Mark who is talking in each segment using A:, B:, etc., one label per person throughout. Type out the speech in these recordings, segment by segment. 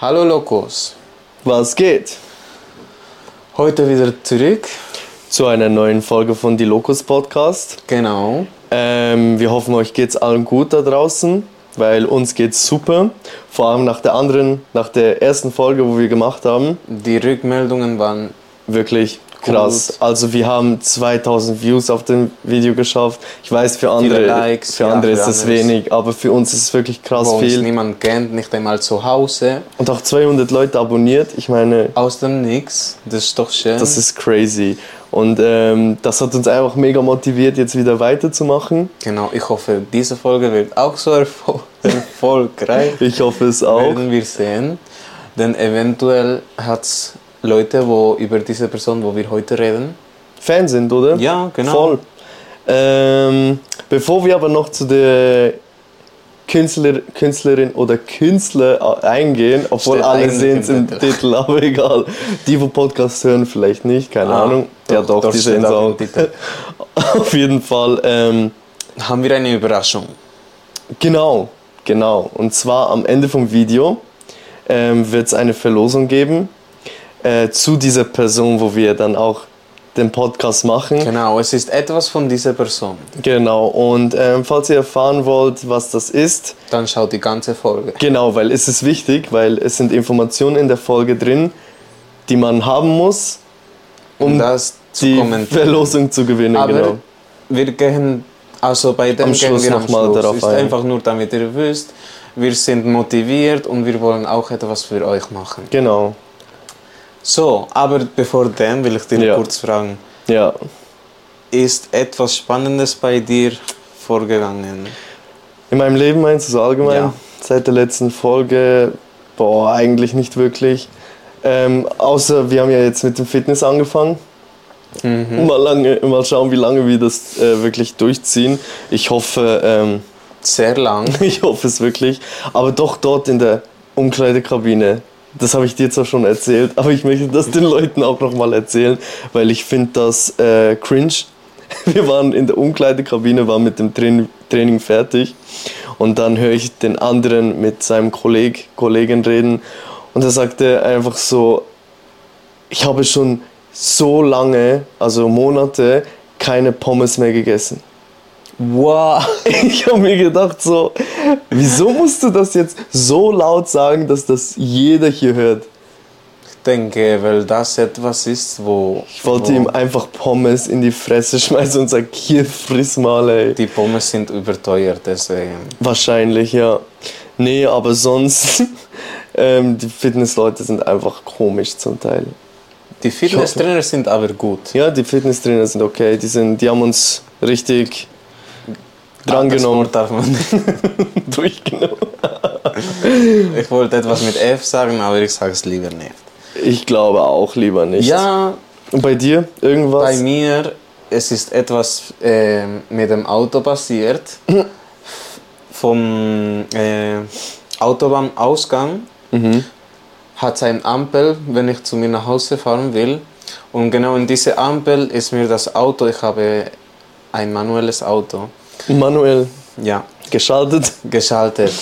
A: Hallo Lokos,
B: Was geht?
A: heute wieder zurück.
B: Zu einer neuen Folge von Die Locus Podcast.
A: Genau.
B: Ähm, wir hoffen, euch geht's allen gut da draußen, weil uns geht's super. Vor allem nach der anderen, nach der ersten Folge, wo wir gemacht haben.
A: Die Rückmeldungen waren
B: Wirklich krass.
A: Gut.
B: Also wir haben 2000 Views auf dem Video geschafft. Ich weiß, für andere,
A: Likes,
B: für
A: ja,
B: andere
A: für
B: ist es
A: andere ist-
B: wenig, aber für uns ist es wirklich krass
A: wo uns
B: viel.
A: niemand kennt, nicht einmal zu Hause,
B: Und auch 200 Leute abonniert. Ich meine,
A: aus dem Nix. Das ist doch schön.
B: Das ist crazy. Und ähm, das hat uns einfach mega motiviert, jetzt wieder weiterzumachen.
A: genau, ich hoffe, diese Folge wird auch so erfol erfolgreich.
B: Ich hoffe es auch.
A: Werden wir sehen. Denn eventuell hat es Leute, wo über diese Person, wo wir heute reden.
B: Fans sind, oder?
A: Ja, genau.
B: Voll. Ähm, bevor wir aber noch zu der Künstler, Künstlerin oder Künstler äh, eingehen, obwohl
A: Steht
B: alle
A: eigentlich
B: sehen es
A: im
B: im
A: Titel.
B: Titel, aber egal. Die, wo Podcast hören, vielleicht nicht, keine
A: Ah,
B: Ahnung. ja, doch, die
A: steht
B: sehen es
A: auch im
B: auch.
A: Titel.
B: Auf jeden Fall. Ähm,
A: Haben wir eine Überraschung.
B: Genau, genau. Und zwar am Ende vom Video ähm, wird es eine Verlosung geben äh, zu dieser Person, wo wir dann auch den Podcast machen.
A: Genau, es ist etwas von dieser Person.
B: Genau. Und ähm, falls ihr erfahren wollt, was das ist,
A: Dann schaut die ganze Folge.
B: genau, weil es ist wichtig, weil es sind Informationen in der Folge drin, die man haben muss,
A: um
B: um
A: das zu
B: die
A: kommentieren.
B: Verlosung zu gewinnen.
A: Aber
B: genau.
A: wir gehen, also bei dem
B: Am
A: gehen
B: Schluss
A: wir am
B: noch mal
A: Schluss.
B: darauf
A: ist
B: ein.
A: einfach nur, damit ihr wisst, wir sind motiviert und wir wollen auch etwas für euch machen.
B: Genau.
A: So, aber bevor dem will ich dir
B: Ja.
A: kurz fragen,
B: Ja.
A: ist etwas Spannendes bei dir vorgegangen?
B: In meinem Leben meinst du so allgemein?
A: Ja.
B: Seit der letzten Folge, boah, eigentlich nicht wirklich. Ähm, außer wir haben ja jetzt mit dem Fitness angefangen.
A: Mhm.
B: Mal, lange, mal schauen, wie lange wir das äh, wirklich durchziehen. Ich hoffe, ähm,
A: Sehr lang.
B: ich hoffe es wirklich. Aber doch dort in der Umkleidekabine. Das habe ich dir zwar schon erzählt, aber ich möchte das den Leuten auch nochmal erzählen, weil ich finde das äh, cringe. Wir waren in der Umkleidekabine, waren mit dem Train Training fertig und dann höre ich den anderen mit seinem Kolleg, Kollegen reden und er sagte einfach so, ich habe schon so lange, also Monate, keine Pommes mehr gegessen.
A: Wow.
B: Ich habe mir gedacht so, wieso musst du das jetzt so laut sagen, dass das jeder hier hört?
A: Ich denke, weil das etwas ist, wo...
B: Ich wollte
A: wo
B: ihm einfach Pommes in die Fresse schmeißen und sagen, hier friss mal, ey.
A: Die Pommes sind überteuert, deswegen.
B: Wahrscheinlich, ja. Nee, aber sonst, ähm, die Fitnessleute sind einfach komisch zum Teil.
A: Die Fitness-Trainer sind aber gut.
B: Ja, die Fitnesstrainer sind okay, die, sind, die haben uns richtig drangenommen,
A: Das Wort darf man nicht.
B: durchgenommen.
A: Ich wollte etwas mit F sagen, aber ich sage es lieber nicht.
B: Ich glaube auch lieber nicht.
A: Ja,
B: Und bei dir
A: bei
B: irgendwas?
A: mir es ist etwas ähm, mit dem Auto passiert. Vom äh, Autobahnausgang hat es eine Ampel, wenn ich zu mir nach Hause fahren will. Und genau in diese Ampel ist mir das Auto, ich habe ein manuelles Auto,
B: Manuel,
A: ja,
B: geschaltet.
A: geschaltet.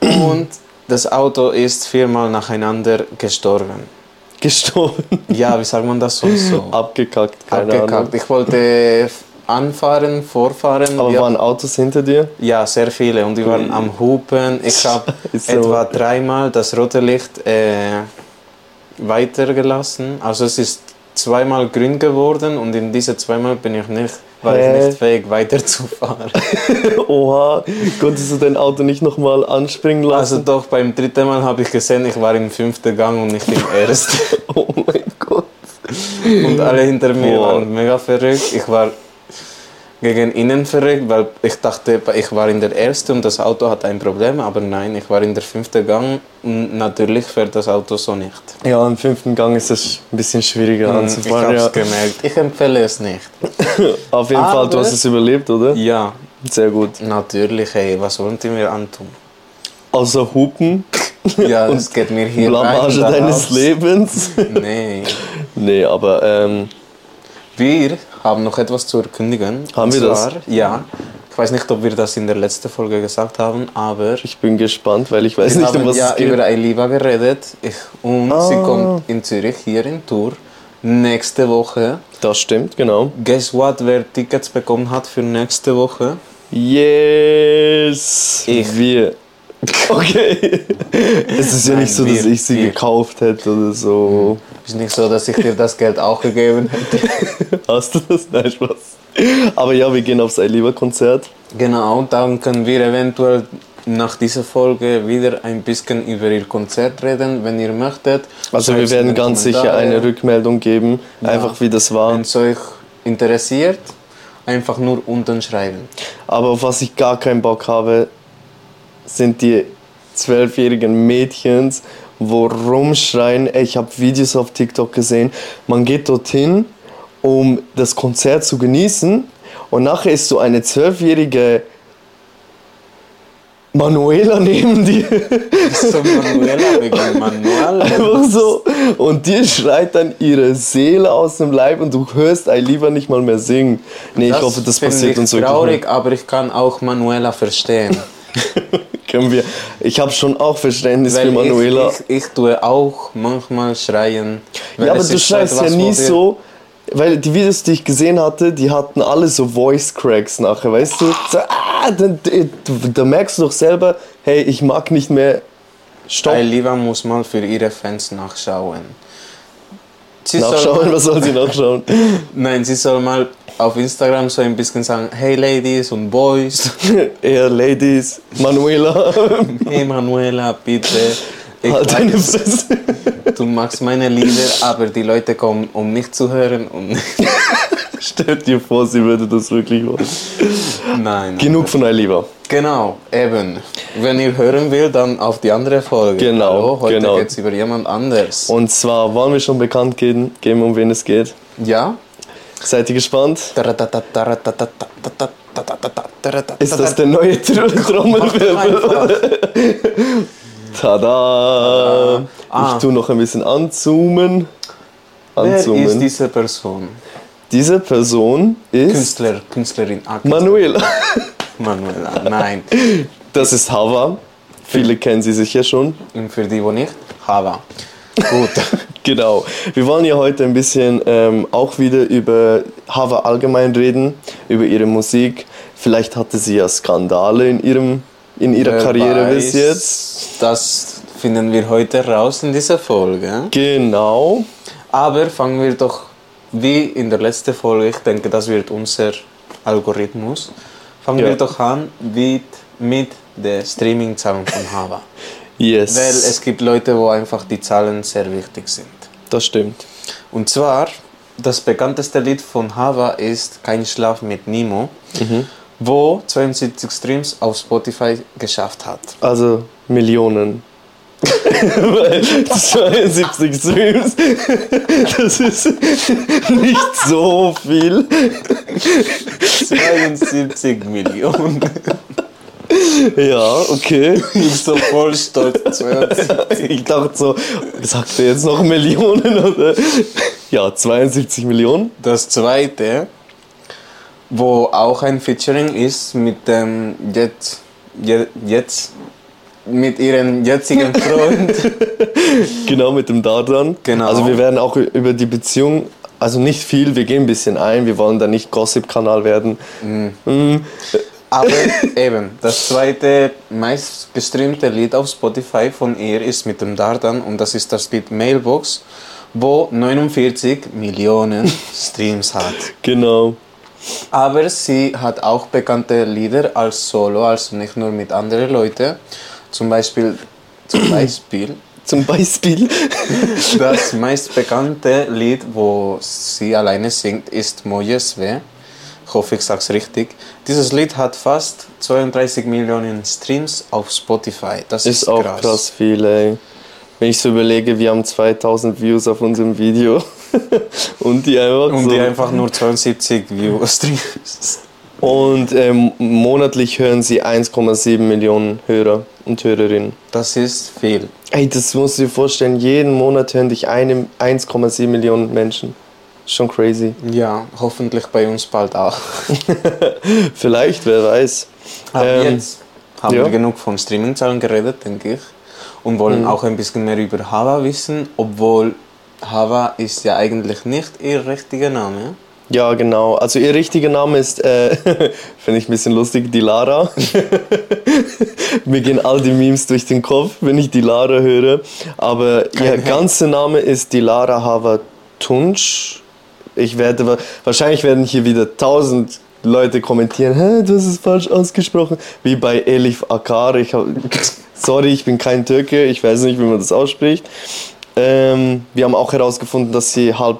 A: Und das Auto ist viermal nacheinander gestorben.
B: gestorben,
A: Ja, wie sagt man das sonst so?
B: abgekackt, Ah, keine Ahnung.
A: Abgekackt. Ich wollte f- anfahren, vorfahren.
B: Aber
A: ja,
B: waren Autos hinter dir?
A: ja, sehr viele. Und die waren am Hupen. Ich habe
B: Scheiße.
A: etwa dreimal das rote Licht äh, weitergelassen. Also es ist zweimal grün geworden und in diese zweimal bin ich nicht, war ich
B: Hä?
A: nicht fähig weiterzufahren.
B: Oha, konntest du dein Auto nicht nochmal anspringen
A: Also
B: lassen?
A: doch, beim dritten Mal habe ich gesehen, ich war im fünften Gang und nicht im ersten.
B: oh mein Gott.
A: Und alle hinter mir
B: Boah.
A: waren mega verrückt. Ich war gegen innen verrückt, weil ich dachte, ich war in der ersten und das Auto hat ein Problem. Aber nein, ich war in der fünften Gang und natürlich fährt das Auto so nicht.
B: Ja, im fünften Gang ist es ein bisschen schwieriger
A: ich habe
B: anzufahren.
A: es
B: Ja. Ah,
A: gemerkt. Ich empfehle es nicht.
B: Auf jeden Fall, du
A: Aber-
B: hast es überlebt, oder?
A: Ja,
B: Sehr gut.
A: natürlich, hey, was wollen die mir antun?
B: Außer Hupen,
A: Ja, das geht mir hier
B: Blamage
A: rein, da
B: deines
A: raus.
B: Lebens.
A: Nee.
B: nee, aber ähm,
A: Wir haben noch etwas zu erkündigen.
B: Haben
A: Und
B: wir das?
A: Ja. Ich weiß nicht, ob wir das in der letzten Folge gesagt haben, aber
B: Ich bin gespannt, weil ich weiß
A: wir
B: nicht, um
A: haben
B: was
A: ja
B: es geht.
A: über Ailiva geredet ich, und
B: Ah.
A: sie kommt in Zürich hier in Tour nächste Woche.
B: Das stimmt, genau.
A: Guess what, wer Tickets bekommen hat für nächste Woche?
B: Yes!
A: Ich.
B: Wir. Okay. es ist ja
A: Nein,
B: nicht so, dass
A: wir,
B: ich sie
A: wir.
B: gekauft hätte oder so.
A: Ist nicht so, dass ich dir das Geld auch gegeben hätte.
B: Hast du das? Nein, Spaß. Aber ja, wir gehen aufs Eiliva-Konzert.
A: Genau, dann können wir eventuell nach dieser Folge wieder ein bisschen über ihr Konzert reden, wenn ihr möchtet.
B: Also wir
A: Schreibt's in
B: werden
A: den
B: ganz sicher
A: Kommentaren.
B: eine Rückmeldung geben, einfach wie das war.
A: Wenn es euch interessiert, einfach nur unten schreiben.
B: Aber auf was ich gar keinen Bock habe, sind die zwölfjährigen Mädchens, wo rumschreien. Ey, Ich habe Videos auf TikTok gesehen. Man geht dorthin, um das Konzert zu genießen. Und nachher ist so eine zwölfjährige Manuela neben dir.
A: So Manuela wegen Manuel.
B: Einfach so. Und dir schreit dann ihre Seele aus dem Leib und du hörst ein lieber nicht mal mehr singen. Nee, ich hoffe, das
A: find
B: passiert
A: ich
B: uns wirklich. nicht.
A: traurig, aber ich kann auch Manuela verstehen.
B: Können wir. Ich habe schon auch Verständnis für
A: Weil
B: Manuela.
A: Ich, ich, ich tue auch manchmal schreien. weil
B: ja, aber
A: es
B: du
A: ist
B: schreist ja
A: etwas, wo dir-
B: nie so. Weil die Videos, die ich gesehen hatte, die hatten alle so Voice Cracks nachher, weißt du? So, ah, dann- da, da merkst du doch selber, hey, ich mag nicht mehr. Stopp.
A: Ailiva muss mal für ihre Fans nachschauen. Sie soll
B: Nachschauen,
A: mal-
B: was soll sie nachschauen?
A: Nein, sie soll mal auf Instagram so ein bisschen sagen, hey Ladies und Boys,
B: Eher Ladies, Manuela,
A: hey Manuela, bitte. Ich
B: halt deine
A: weiß,
B: Fresse.
A: du magst meine Lieder, aber die Leute kommen, um nicht zu hören und
B: Stell dir vor, sie würde das wirklich machen.
A: nein.
B: Genug von Aliva.
A: Genau, eben. Wenn ihr hören will, dann auf die andere Folge.
B: Genau,
A: Hallo, heute
B: genau.
A: geht's über jemand anders.
B: Und zwar wollen wir schon bekannt geben, geben um wen es geht.
A: ja?
B: Seid ihr gespannt? Ist
A: Ist
B: das der neue Tr- Trommelwirbel? Tada!
A: Ah.
B: Ich tue noch ein bisschen anzoomen.
A: Wer ist
B: Anzoomen.
A: diese Person?
B: Diese Person ist
A: Künstler, Künstlerin, ah,
B: Manuela.
A: Manuela, nein.
B: Das ist Hava. Viele kennen sie sicher schon.
A: Und für die, wo nicht, Hava. Gut.
B: Genau. Wir wollen ja heute ein bisschen ähm, auch wieder über Hava allgemein reden, über ihre Musik. Vielleicht hatte sie ja Skandale in, ihrem, in ihrer Karriere
A: Wer
B: bis
A: weiß,
B: jetzt.
A: Das finden wir heute raus in dieser Folge.
B: Genau.
A: Aber fangen wir doch wie in der letzten Folge, ich denke, das wird unser Algorithmus. Fangen
B: Ja.
A: wir doch an mit, mit den Streaming-Zahlen von Hava.
B: Yes.
A: Weil es gibt Leute, wo einfach die Zahlen sehr wichtig sind.
B: das stimmt.
A: Und zwar, das bekannteste Lied von Hava ist Kein Schlaf mit Nemo, wo 72 Streams auf Spotify geschafft hat.
B: Also Millionen. Weil 72 Streams, das ist nicht so viel.
A: 72 Millionen.
B: Ja, okay.
A: Ich so voll stolz. 72.
B: Ich dachte so, sagt er jetzt noch Millionen oder? Ja, 72 Millionen.
A: Das zweite, wo auch ein Featuring ist mit dem jetzt, je, jetzt mit ihrem jetzigen Freund.
B: Genau, mit dem Dardan.
A: Genau.
B: Also wir werden auch über die Beziehung, also nicht viel, wir gehen ein bisschen ein, wir wollen da nicht Gossip-Kanal werden.
A: Aber eben, das zweite meistgestreamte Lied auf Spotify von ihr ist mit dem Dardan und das ist das Lied Mailbox, wo 49 Millionen Streams hat.
B: Genau.
A: Aber sie hat auch bekannte Lieder als Solo, also nicht nur mit anderen Leuten. Zum Beispiel, zum Beispiel
B: Zum Beispiel.
A: das meistbekannte Lied, wo sie alleine singt, ist Moyes Weh. Ich hoffe, ich sag's richtig. Dieses Lied hat fast 32 Millionen Streams auf Spotify. Das ist,
B: Ist auch krass. viel, ey. Wenn ich so überlege, wir haben 2000 Views auf unserem Video und die einfach
A: Und
B: so.
A: die einfach nur 72 View-Streams.
B: und ähm, monatlich hören sie 1,7 Millionen Hörer und Hörerinnen.
A: Das ist viel.
B: Ey, das musst du dir vorstellen, jeden Monat hören dich eine- 1,7 Millionen Menschen. Schon crazy.
A: Ja, hoffentlich bei uns bald auch.
B: Vielleicht, wer weiß.
A: Aber
B: Ähm,
A: jetzt haben
B: ja.
A: wir genug von Streamingzahlen geredet, denke ich. Und wollen
B: Mhm.
A: auch ein bisschen mehr über Hava wissen, obwohl Hava ist ja eigentlich nicht ihr richtiger Name.
B: Ja, genau. Also ihr richtiger Name ist, äh, finde ich ein bisschen lustig, die Lara. Mir gehen all die Memes durch den Kopf, wenn ich die Lara höre. Aber ihr
A: Hate.
B: ganzer Name ist die Lara Havatunsch. Ich werde wa- wahrscheinlich werden hier wieder tausend Leute kommentieren, Hä, du hast es falsch ausgesprochen, wie bei Elif Akar. Ich hab, sorry, ich bin kein Türke, ich weiß nicht, wie man das ausspricht. Ähm, wir haben auch herausgefunden, dass sie halb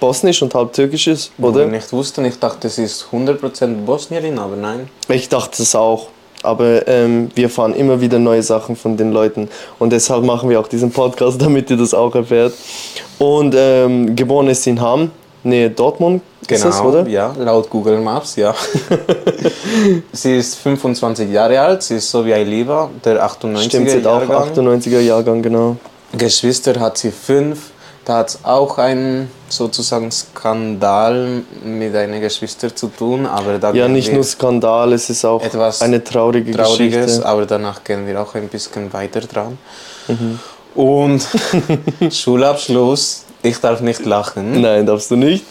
B: bosnisch und halb türkisch ist,
A: Oder?
B: oder?
A: ich nicht wusste, ich dachte, sie ist 100% Bosnierin, aber nein.
B: Ich dachte es auch. Aber ähm, wir erfahren immer wieder neue Sachen von den Leuten. Und deshalb machen wir auch diesen Podcast, damit ihr das auch erfährt. Und ähm, geboren ist sie in Hamm, Nähe Dortmund. Ist das, oder?
A: Genau. ja, laut Google Maps, ja. sie ist 25 Jahre alt, sie ist so wie Ailiva, der 98er
B: Stimmt, sie hat auch
A: Jahrgang.
B: 98er Jahrgang, genau.
A: Geschwister hat sie fünf. Da hat es auch einen sozusagen Skandal mit einer Geschwister zu tun, aber da
B: Ja,
A: gehen
B: nicht
A: wir
B: nur Skandal, es ist auch
A: Etwas
B: eine traurige
A: Trauriges,
B: Geschichte.
A: aber danach gehen wir auch ein bisschen weiter dran.
B: Mhm.
A: Und Schulabschluss, ich darf nicht lachen,
B: Nein, darfst du nicht.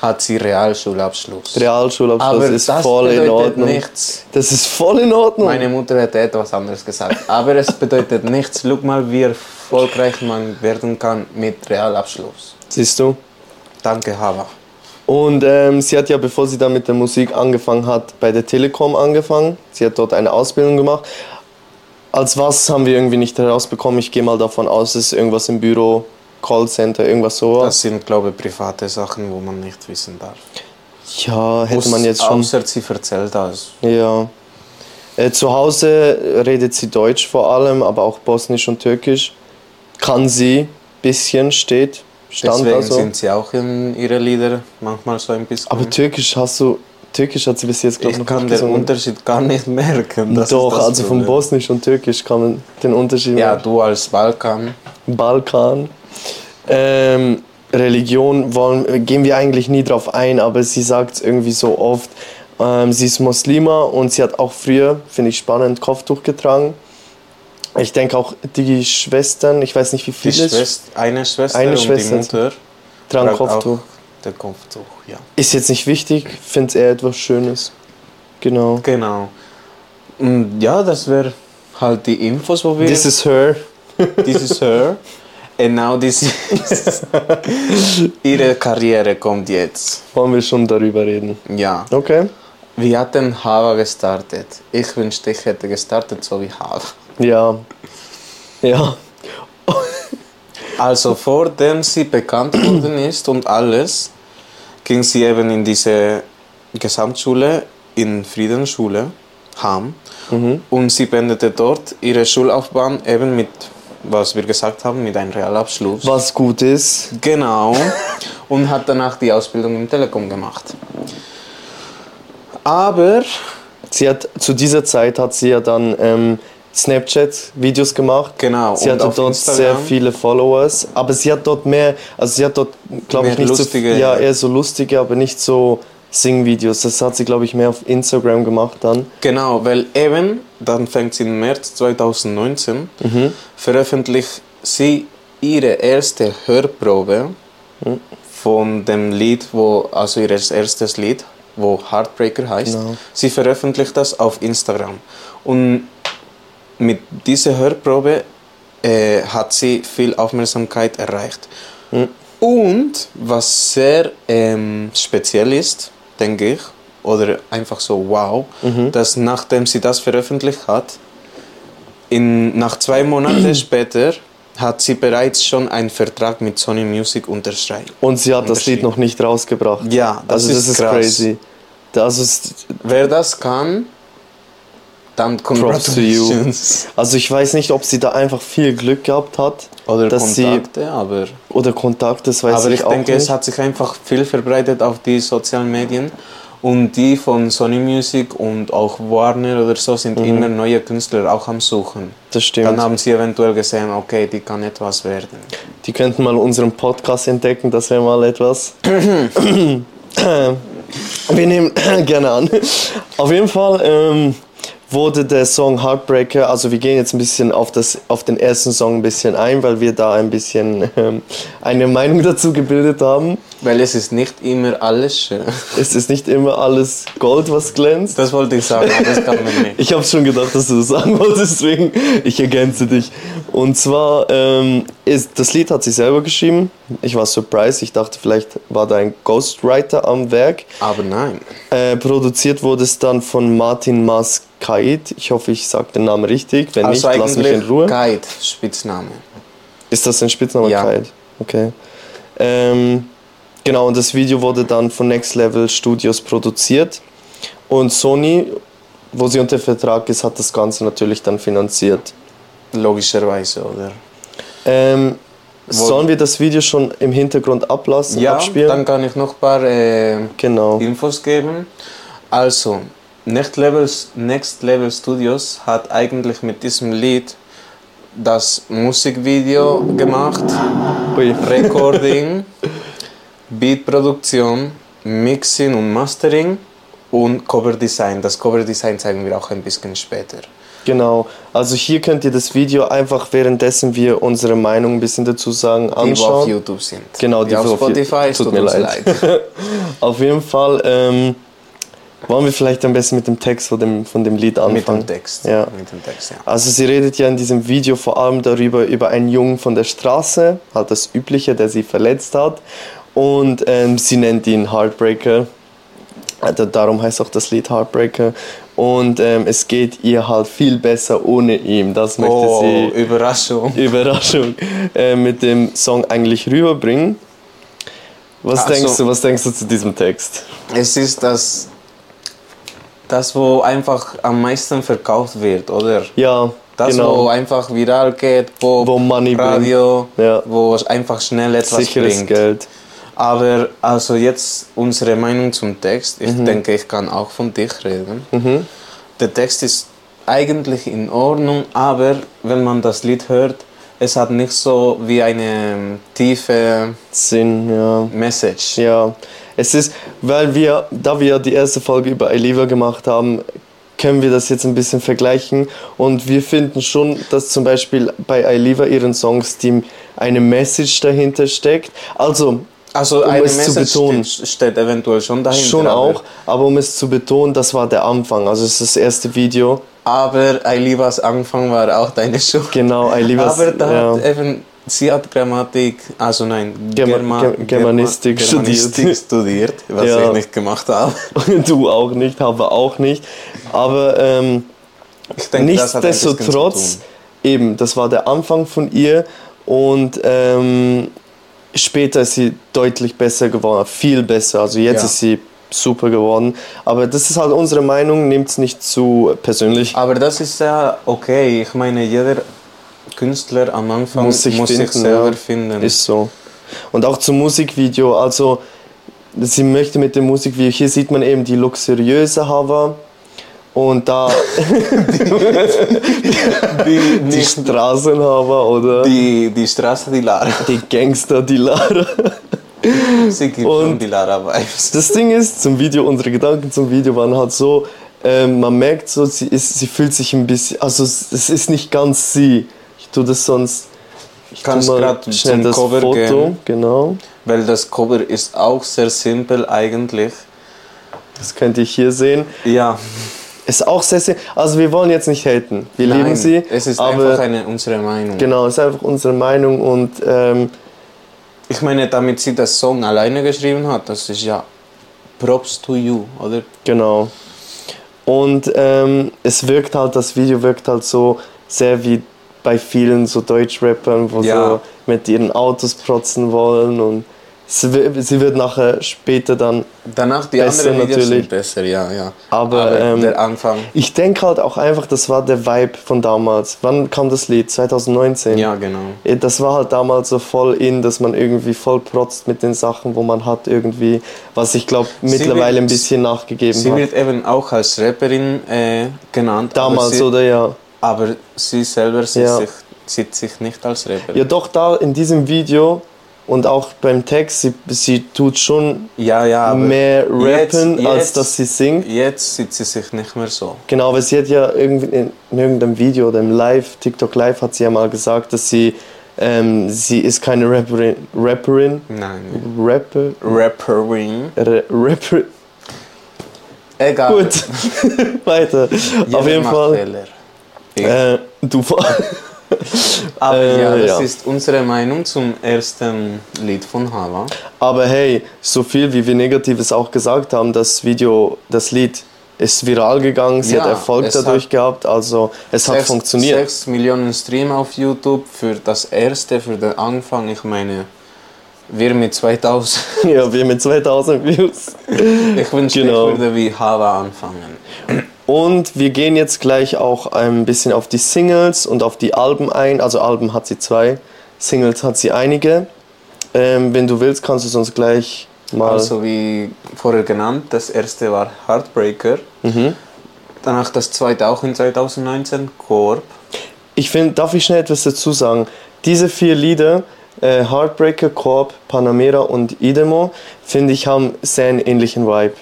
A: hat sie Realschulabschluss.
B: Realschulabschluss
A: aber
B: ist
A: das
B: voll in
A: bedeutet
B: Ordnung.
A: nichts.
B: Das ist voll in Ordnung.
A: Meine Mutter hätte etwas anderes gesagt, aber es bedeutet nichts. Schau mal, wie erfolgreich man werden kann mit Realabschluss.
B: Siehst du?
A: Danke, Hava.
B: Und ähm, sie hat ja, bevor sie dann mit der Musik angefangen hat, bei der Telekom angefangen. Sie hat dort eine Ausbildung gemacht. Als was haben wir irgendwie nicht herausbekommen. Ich gehe mal davon aus, es ist irgendwas im Büro, Callcenter, irgendwas sowas.
A: Das sind, glaube ich, private Sachen, wo man nicht wissen darf.
B: ja, hätte man jetzt schon.
A: Außer sie erzählt das.
B: Ja. Äh, zu Hause redet sie Deutsch vor allem, aber auch Bosnisch und Türkisch. Kann sie, bisschen steht, stand
A: Deswegen
B: also.
A: sind sie auch in ihre Lieder manchmal so ein bisschen.
B: Aber Türkisch hast du, Türkisch hat sie bis jetzt glaube ich
A: ich
B: noch
A: kann
B: nicht
A: den
B: gesungen.
A: Unterschied gar nicht merken. das ist
B: Doch,
A: das
B: also von
A: Problem.
B: Bosnisch und Türkisch kann man den Unterschied
A: Ja,
B: machen.
A: du als Balkan.
B: Balkan. Ähm, Religion wollen, gehen wir eigentlich nie drauf ein, aber sie sagt es irgendwie so oft. Ähm, sie ist Muslima und sie hat auch früher, finde ich spannend, Kopftuch getragen. Ich denke auch die Schwestern, ich weiß nicht wie
A: Die
B: viele, es
A: Schwester, eine Schwester
B: eine
A: und
B: Schwester
A: die Mutter. trägt
B: tragen
A: auch
B: Kopftuch.
A: Der Kopftuch, ja.
B: Ist jetzt nicht wichtig, finde es eher etwas Schönes. Genau.
A: Genau. Und ja, das wäre halt die Infos, wo wir.
B: This is her.
A: this is her. And now this is. ihre Karriere kommt jetzt.
B: Wollen wir schon darüber reden.
A: Ja.
B: Okay.
A: Wir hatten Hava gestartet. Ich wünschte, ich hätte gestartet so wie Hava.
B: Ja. Ja.
A: Also vor dem sie bekannt worden ist und alles, ging sie eben in diese Gesamtschule, in Friedensschule, Ham.
B: Mhm.
A: Und sie beendete dort ihre Schullaufbahn eben mit, was wir gesagt haben, mit einem Realabschluss.
B: Was gut ist.
A: Genau. Und hat danach die Ausbildung im Telekom gemacht. Aber
B: Sie hat zu dieser Zeit hat sie ja dann ähm, Snapchat-Videos gemacht.
A: Genau,
B: Sie
A: und
B: hatte
A: auf
B: dort sehr
A: Instagram.
B: viele Followers, aber sie hat dort mehr, also sie hat dort, glaube ich,
A: Mehr
B: nicht
A: lustige,
B: so, ja,
A: ja.
B: eher so lustige, aber nicht so Sing-Videos. Das hat sie, glaube ich, mehr auf Instagram gemacht dann.
A: Genau, weil eben, dann fängt sie im März 2019, veröffentlicht sie ihre erste Hörprobe von dem Lied, wo, also ihr erstes Lied, wo Heartbreaker heißt.
B: Genau.
A: Sie veröffentlicht das auf Instagram. Und mit dieser Hörprobe äh, hat sie viel Aufmerksamkeit erreicht. Und was sehr ähm, speziell ist, denke ich, oder einfach so wow, dass nachdem sie das veröffentlicht hat, in, nach zwei Monaten später hat sie bereits schon einen Vertrag mit Sony Music unterschrieben.
B: Und sie hat das Lied
A: Unterschied.
B: noch nicht rausgebracht.
A: Ja, das
B: also das
A: ist
B: ist
A: krass.
B: crazy. Das ist,
A: Wer das kann, dann
B: Props to you.
A: Congratulations.
B: also ich weiß nicht, ob sie da einfach viel Glück gehabt hat
A: Oder
B: dass
A: Kontakte, aber,
B: sie oder Kontakt, das weiß
A: aber
B: ich,
A: ich
B: auch
A: denke,
B: nicht.
A: es hat sich einfach viel verbreitet auf die sozialen Medien Und die von Sony Music und auch Warner oder so sind immer neue Künstler auch am Suchen.
B: Das
A: Dann
B: stimmt.
A: haben sie eventuell gesehen, okay, die kann etwas werden.
B: Die könnten mal unseren Podcast entdecken, das wäre mal etwas. Wir nehmen gerne an. Auf jeden Fall ähm, wurde der Song Heartbreaker, also wir gehen jetzt ein bisschen auf, das, auf den ersten Song ein bisschen ein, weil wir da ein bisschen ähm, eine Meinung dazu gebildet haben.
A: Weil es ist nicht immer alles schön.
B: Es ist nicht immer alles Gold, was glänzt.
A: Das wollte ich sagen, aber das kann man nicht.
B: Ich habe schon gedacht, dass du das sagen wolltest, deswegen ich ergänze dich. Und zwar ähm, ist das Lied hat sich selber geschrieben. Ich war surprised. Ich dachte, vielleicht war da ein Ghostwriter am Werk.
A: Aber nein.
B: Äh, produziert wurde es dann von Martin Mas Kaid. Ich hoffe, ich sage den Namen richtig. Wenn
A: Also
B: nicht, lass mich in
A: eigentlich
B: Ruhe.
A: Guide, Spitzname.
B: Ist das dein Spitzname
A: Ja.
B: Kaid? Okay. Ähm, genau, und das Video wurde dann von Next Level Studios produziert. Und Sony, wo sie unter Vertrag ist, hat das Ganze natürlich dann finanziert.
A: Logischerweise, oder?
B: Ähm,
A: Wo-
B: sollen wir das Video schon im Hintergrund ablassen,
A: Ja,
B: abspielen?
A: dann kann ich noch ein paar äh,
B: Genau.
A: Infos geben. Also, Next Level, Next Level Studios hat eigentlich mit diesem Lied das Musikvideo gemacht,
B: Ui.
A: Recording, Beatproduktion, Mixing und Mastering und Cover Design. Das Cover Design zeigen wir auch ein bisschen später.
B: Genau. Also hier könnt ihr das Video einfach währenddessen wir unsere Meinung ein bisschen dazu
A: Die,
B: sagen
A: die auf
B: anschauen.
A: YouTube sind.
B: Genau,
A: die,
B: die
A: auf
B: auf YouTube-
A: Spotify, es
B: Tut
A: tut
B: mir
A: uns
B: leid.
A: leid.
B: Auf jeden Fall ähm, wollen wir vielleicht am besten mit dem Text von dem, von dem Lied anfangen.
A: Mit dem Text.
B: Ja.
A: Mit dem Text, ja.
B: Also sie redet ja in diesem Video vor allem darüber, über einen Jungen von der Straße, halt das Übliche, der sie verletzt hat. Und ähm, sie nennt ihn Heartbreaker. Also darum heißt auch das Lied Heartbreaker. Und ähm, es geht ihr halt viel besser ohne ihn. Das möchte
A: Oh,
B: sie
A: Überraschung.
B: Überraschung äh, mit dem Song eigentlich rüberbringen. Was
A: Ach
B: denkst
A: so.
B: du, was denkst du zu diesem Text?
A: Es ist das, das, wo einfach am meisten verkauft wird, oder?
B: Ja,
A: Das,
B: genau.
A: wo einfach viral geht, Pop,
B: Wo Money bringt.
A: Radio,
B: Ja.
A: wo es einfach schnell etwas
B: Sicheres
A: bringt.
B: Geld.
A: Aber also jetzt unsere Meinung zum Text.
B: Mhm.
A: Ich denke, ich kann auch von dich reden. Der Text ist eigentlich in Ordnung, aber wenn man das Lied hört, es hat nicht so wie eine ähm, tiefe
B: Sinn, ja.
A: Message.
B: Ja, es ist, weil wir, da wir die erste Folge über Eliva gemacht haben, können wir das jetzt ein bisschen vergleichen und wir finden schon, dass zum Beispiel bei Eliva ihren Songs die eine Message dahinter steckt. Also
A: Also
B: Um
A: eine
B: es zu
A: Message
B: betonen.
A: steht, steht eventuell schon dahinter.
B: schon
A: aber-
B: auch, aber um es zu betonen, das war der Anfang, also es ist das erste Video.
A: Aber Ailivas Anfang war auch deine Schuld.
B: Genau, Eliva.
A: aber da hat äh
B: ja.
A: eben, sie hat Grammatik, also nein,
B: Germa-
A: Germa-
B: Ge- Germanistik
A: Germa-
B: studiert.
A: Germanistik studiert, was
B: Ja.
A: ich nicht gemacht habe.
B: du auch nicht, aber auch nicht. Aber ähm,
A: Ich denke, das hat ein bisschen
B: Nichtsdestotrotz,
A: zu
B: eben, das war der Anfang von ihr und ähm, später ist sie deutlich besser geworden, viel besser. Also jetzt
A: Ja.
B: ist sie super geworden. Aber das ist halt unsere Meinung, nehmt es nicht zu persönlich.
A: tun. Aber das ist ja okay. Ich meine, jeder Künstler am Anfang
B: Muss
A: muss
B: sich
A: sich,
B: finden,
A: selber
B: ja.
A: finden.
B: Ist so. Und auch zum Musikvideo, also sie möchte mit dem Musikvideo, hier sieht man eben die luxuriöse Hava und da
A: die,
B: die
A: nicht
B: Straßenhava oder die,
A: die, die Straße, die Lara.
B: Gangster, die Lara.
A: Sie gibt
B: Und-
A: schon die Lara-Vibes.
B: Das Ding ist, zum Video, unsere Gedanken zum Video waren halt so, ähm, man merkt so, sie, ist, sie fühlt sich ein bisschen, also es es ist nicht ganz sie. Ich tue das sonst,
A: Ich
B: tu
A: kann es gerade zum Cover
B: Foto,
A: gehen.
B: genau.
A: Weil das Cover ist auch sehr simpel eigentlich.
B: Das könnt ihr hier sehen.
A: Ja,
B: Ist auch sehr, sehr, also wir wollen jetzt nicht haten. Wir lieben
A: nein,
B: sie,
A: Es ist
B: aber
A: einfach eine, unsere Meinung.
B: genau, ist einfach unsere Meinung und ähm,
A: Ich meine, damit sie das Song alleine geschrieben hat, das ist ja Props to you, oder?
B: Genau. Und ähm, es wirkt halt, das Video wirkt halt so sehr wie bei vielen so Deutschrappern, wo
A: Ja.
B: so mit ihren Autos protzen wollen und Sie, wi- sie wird nachher später dann.
A: Danach die
B: Besser
A: anderen Videos
B: natürlich.
A: sind besser, ja, ja.
B: Aber, ähm,
A: der Anfang,
B: Ich denke halt auch einfach, das war der Vibe von damals. Wann kam das Lied? 2019?
A: ja genau.
B: Ja, Das war halt damals so voll in, dass man irgendwie voll protzt mit den Sachen, wo man hat irgendwie, was ich glaube mittlerweile ein
A: wird-
B: bisschen nachgegeben
A: Sie
B: hat.
A: wird eben auch als Rapperin äh, genannt. aber
B: Damals,
A: sie,
B: oder ja?
A: Aber sie selber sieht,
B: Ja.
A: sich, sieht sich nicht als Rapperin.
B: Ja, doch da in diesem Video und auch beim Text, sie, sie tut schon
A: Ja, ja, aber
B: mehr rappen,
A: jetzt-
B: als
A: jetzt-
B: dass sie singt.
A: jetzt sieht sie sich nicht mehr so.
B: Genau, weil sie hat ja irgendwie in, in irgendeinem Video oder im Live, TikTok Live, hat sie ja mal gesagt, dass sie, ähm, sie ist keine Rapperin, Rapperin,
A: Nein.
B: Rapper,
A: Rapperin.
B: Re- Rapper,
A: Egal.
B: gut, weiter.
A: Jeder
B: Auf jeden
A: Ah. macht
B: Fall,
A: Fehler.
B: äh, du,
A: Aber
B: äh,
A: ja, das
B: ja.
A: ist unsere Meinung zum ersten Lied von Hava.
B: aber hey, so viel wie wir Negatives auch gesagt haben, das Video, das Lied ist viral gegangen, sie
A: Ja,
B: hat Erfolg
A: es
B: dadurch
A: hat-
B: gehabt, also es hat
A: Sechs-
B: funktioniert.
A: sechs Millionen Stream auf YouTube für das erste, für den Anfang. Ich meine, wir mit 2000.
B: Ja, wir mit 2000 Views.
A: Ich wünschte,
B: Genau.
A: ich würde wie Hava anfangen.
B: Und wir gehen jetzt gleich auch ein bisschen auf die Singles und auf die Alben ein. Also Alben hat sie zwei, Singles hat sie einige. Ähm, wenn du willst, kannst du es uns gleich mal.
A: Also wie vorher genannt, das erste war Heartbreaker.
B: Mhm.
A: Danach das zweite auch in 2019, Corp.
B: Ich finde, darf ich schnell etwas dazu sagen? Diese vier Lieder, äh, Heartbreaker, Corp, Panamera und Idemo, finde ich, haben sehr einen ähnlichen Vibe.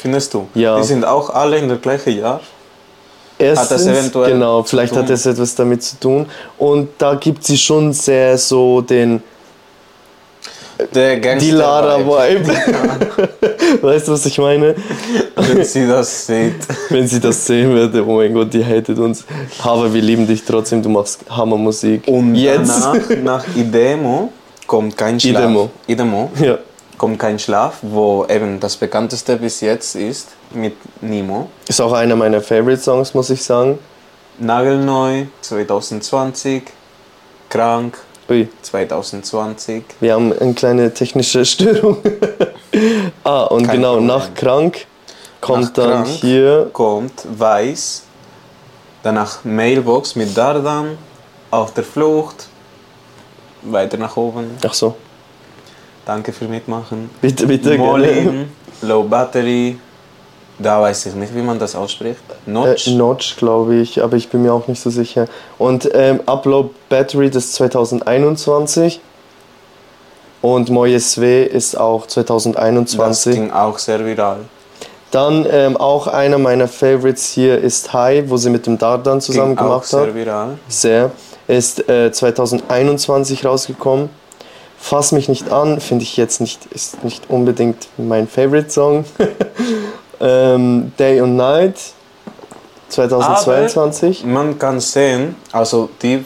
A: Findest du?
B: Ja.
A: Die sind auch alle in der gleichen Jahr.
B: Erstens,
A: eventuell
B: genau,
A: zu
B: vielleicht hat
A: tun?
B: das etwas damit zu tun. Und da gibt sie schon sehr so den
A: Der Gangster
B: Die Lara-Vibe. weißt du, was ich meine?
A: Wenn sie das sieht.
B: Wenn sie das sehen würde, oh mein Gott, die hatet uns. Aber wir lieben dich trotzdem, du machst Hammermusik.
A: Und
B: jetzt?
A: danach, nach Idemo, kommt kein Schlaf.
B: Idemo.
A: Idemo
B: Ja.
A: kommt kein Schlaf, wo eben das bekannteste bis jetzt ist, mit Nemo.
B: Ist auch einer meiner Favorite Songs, muss ich sagen.
A: Nagelneu 2020, Krank
B: Ui,
A: 2020.
B: wir haben eine kleine technische Störung. ah, und
A: Kein
B: genau,
A: Problem.
B: nach Krank kommt
A: Nach
B: dann
A: Krank.
B: hier.
A: kommt Weiß, danach Mailbox mit Dardan, auf der Flucht, weiter nach oben,
B: Ach so,
A: danke für Mitmachen,
B: bitte, bitte. gerne.
A: Molin, Low Battery, da weiß ich nicht, wie man das ausspricht, Notch,
B: Äh, Notch, glaube ich, aber ich bin mir auch nicht so sicher. Und ähm, Upload Battery des 2021. Und Moyes W ist auch
A: das
B: 2021.
A: ging auch sehr viral.
B: Dann ähm, auch einer meiner Favorites hier ist High, wo sie mit dem Dardan zusammen
A: ging auch
B: gemacht
A: sehr
B: hat.
A: viral.
B: Sehr. Ist äh, 2021 rausgekommen. Fass mich nicht an, finde ich jetzt nicht, ist nicht unbedingt mein Favorite Song. ähm, Day und Night 2022.
A: Man kann sehen, also die,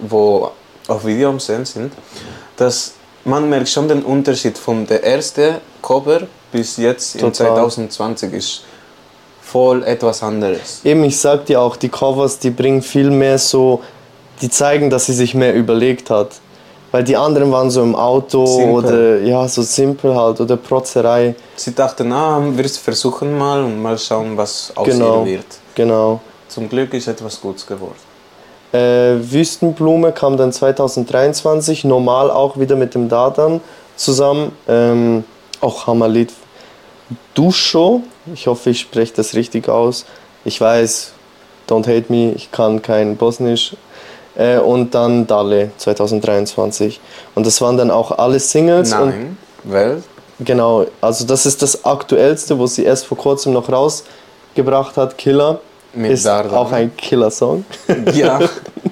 A: wo auf Video am Sehen sind, dass man merkt schon den Unterschied von der ersten Cover bis jetzt in
B: Total.
A: 2020 ist voll etwas anderes.
B: Eben, ich sag dir auch, die Covers, die bringen viel mehr so, die zeigen, dass sie sich mehr überlegt hat. Weil die anderen waren so im Auto
A: Simpel.
B: oder ja, so simpel halt oder Protzerei.
A: Sie dachten, ah, wir versuchen mal und mal schauen, was aus
B: Genau.
A: ihr wird.
B: Genau.
A: Zum Glück ist etwas Gutes geworden.
B: Äh, Wüstenblume kam dann 2023, normal auch wieder mit dem Dardan zusammen. Ähm, auch Hammerlied. Duscho, ich hoffe, ich spreche das richtig aus. Ich weiß, don't hate me, ich kann kein Bosnisch. Äh, und dann Dale 2023. Und das waren dann auch alle Singles.
A: Nein, weil
B: Und genau, also das ist das aktuellste, was sie erst vor kurzem noch rausgebracht hat. Killer.
A: mit
B: ist
A: Dardan.
B: auch ein Killer-Song.
A: ja,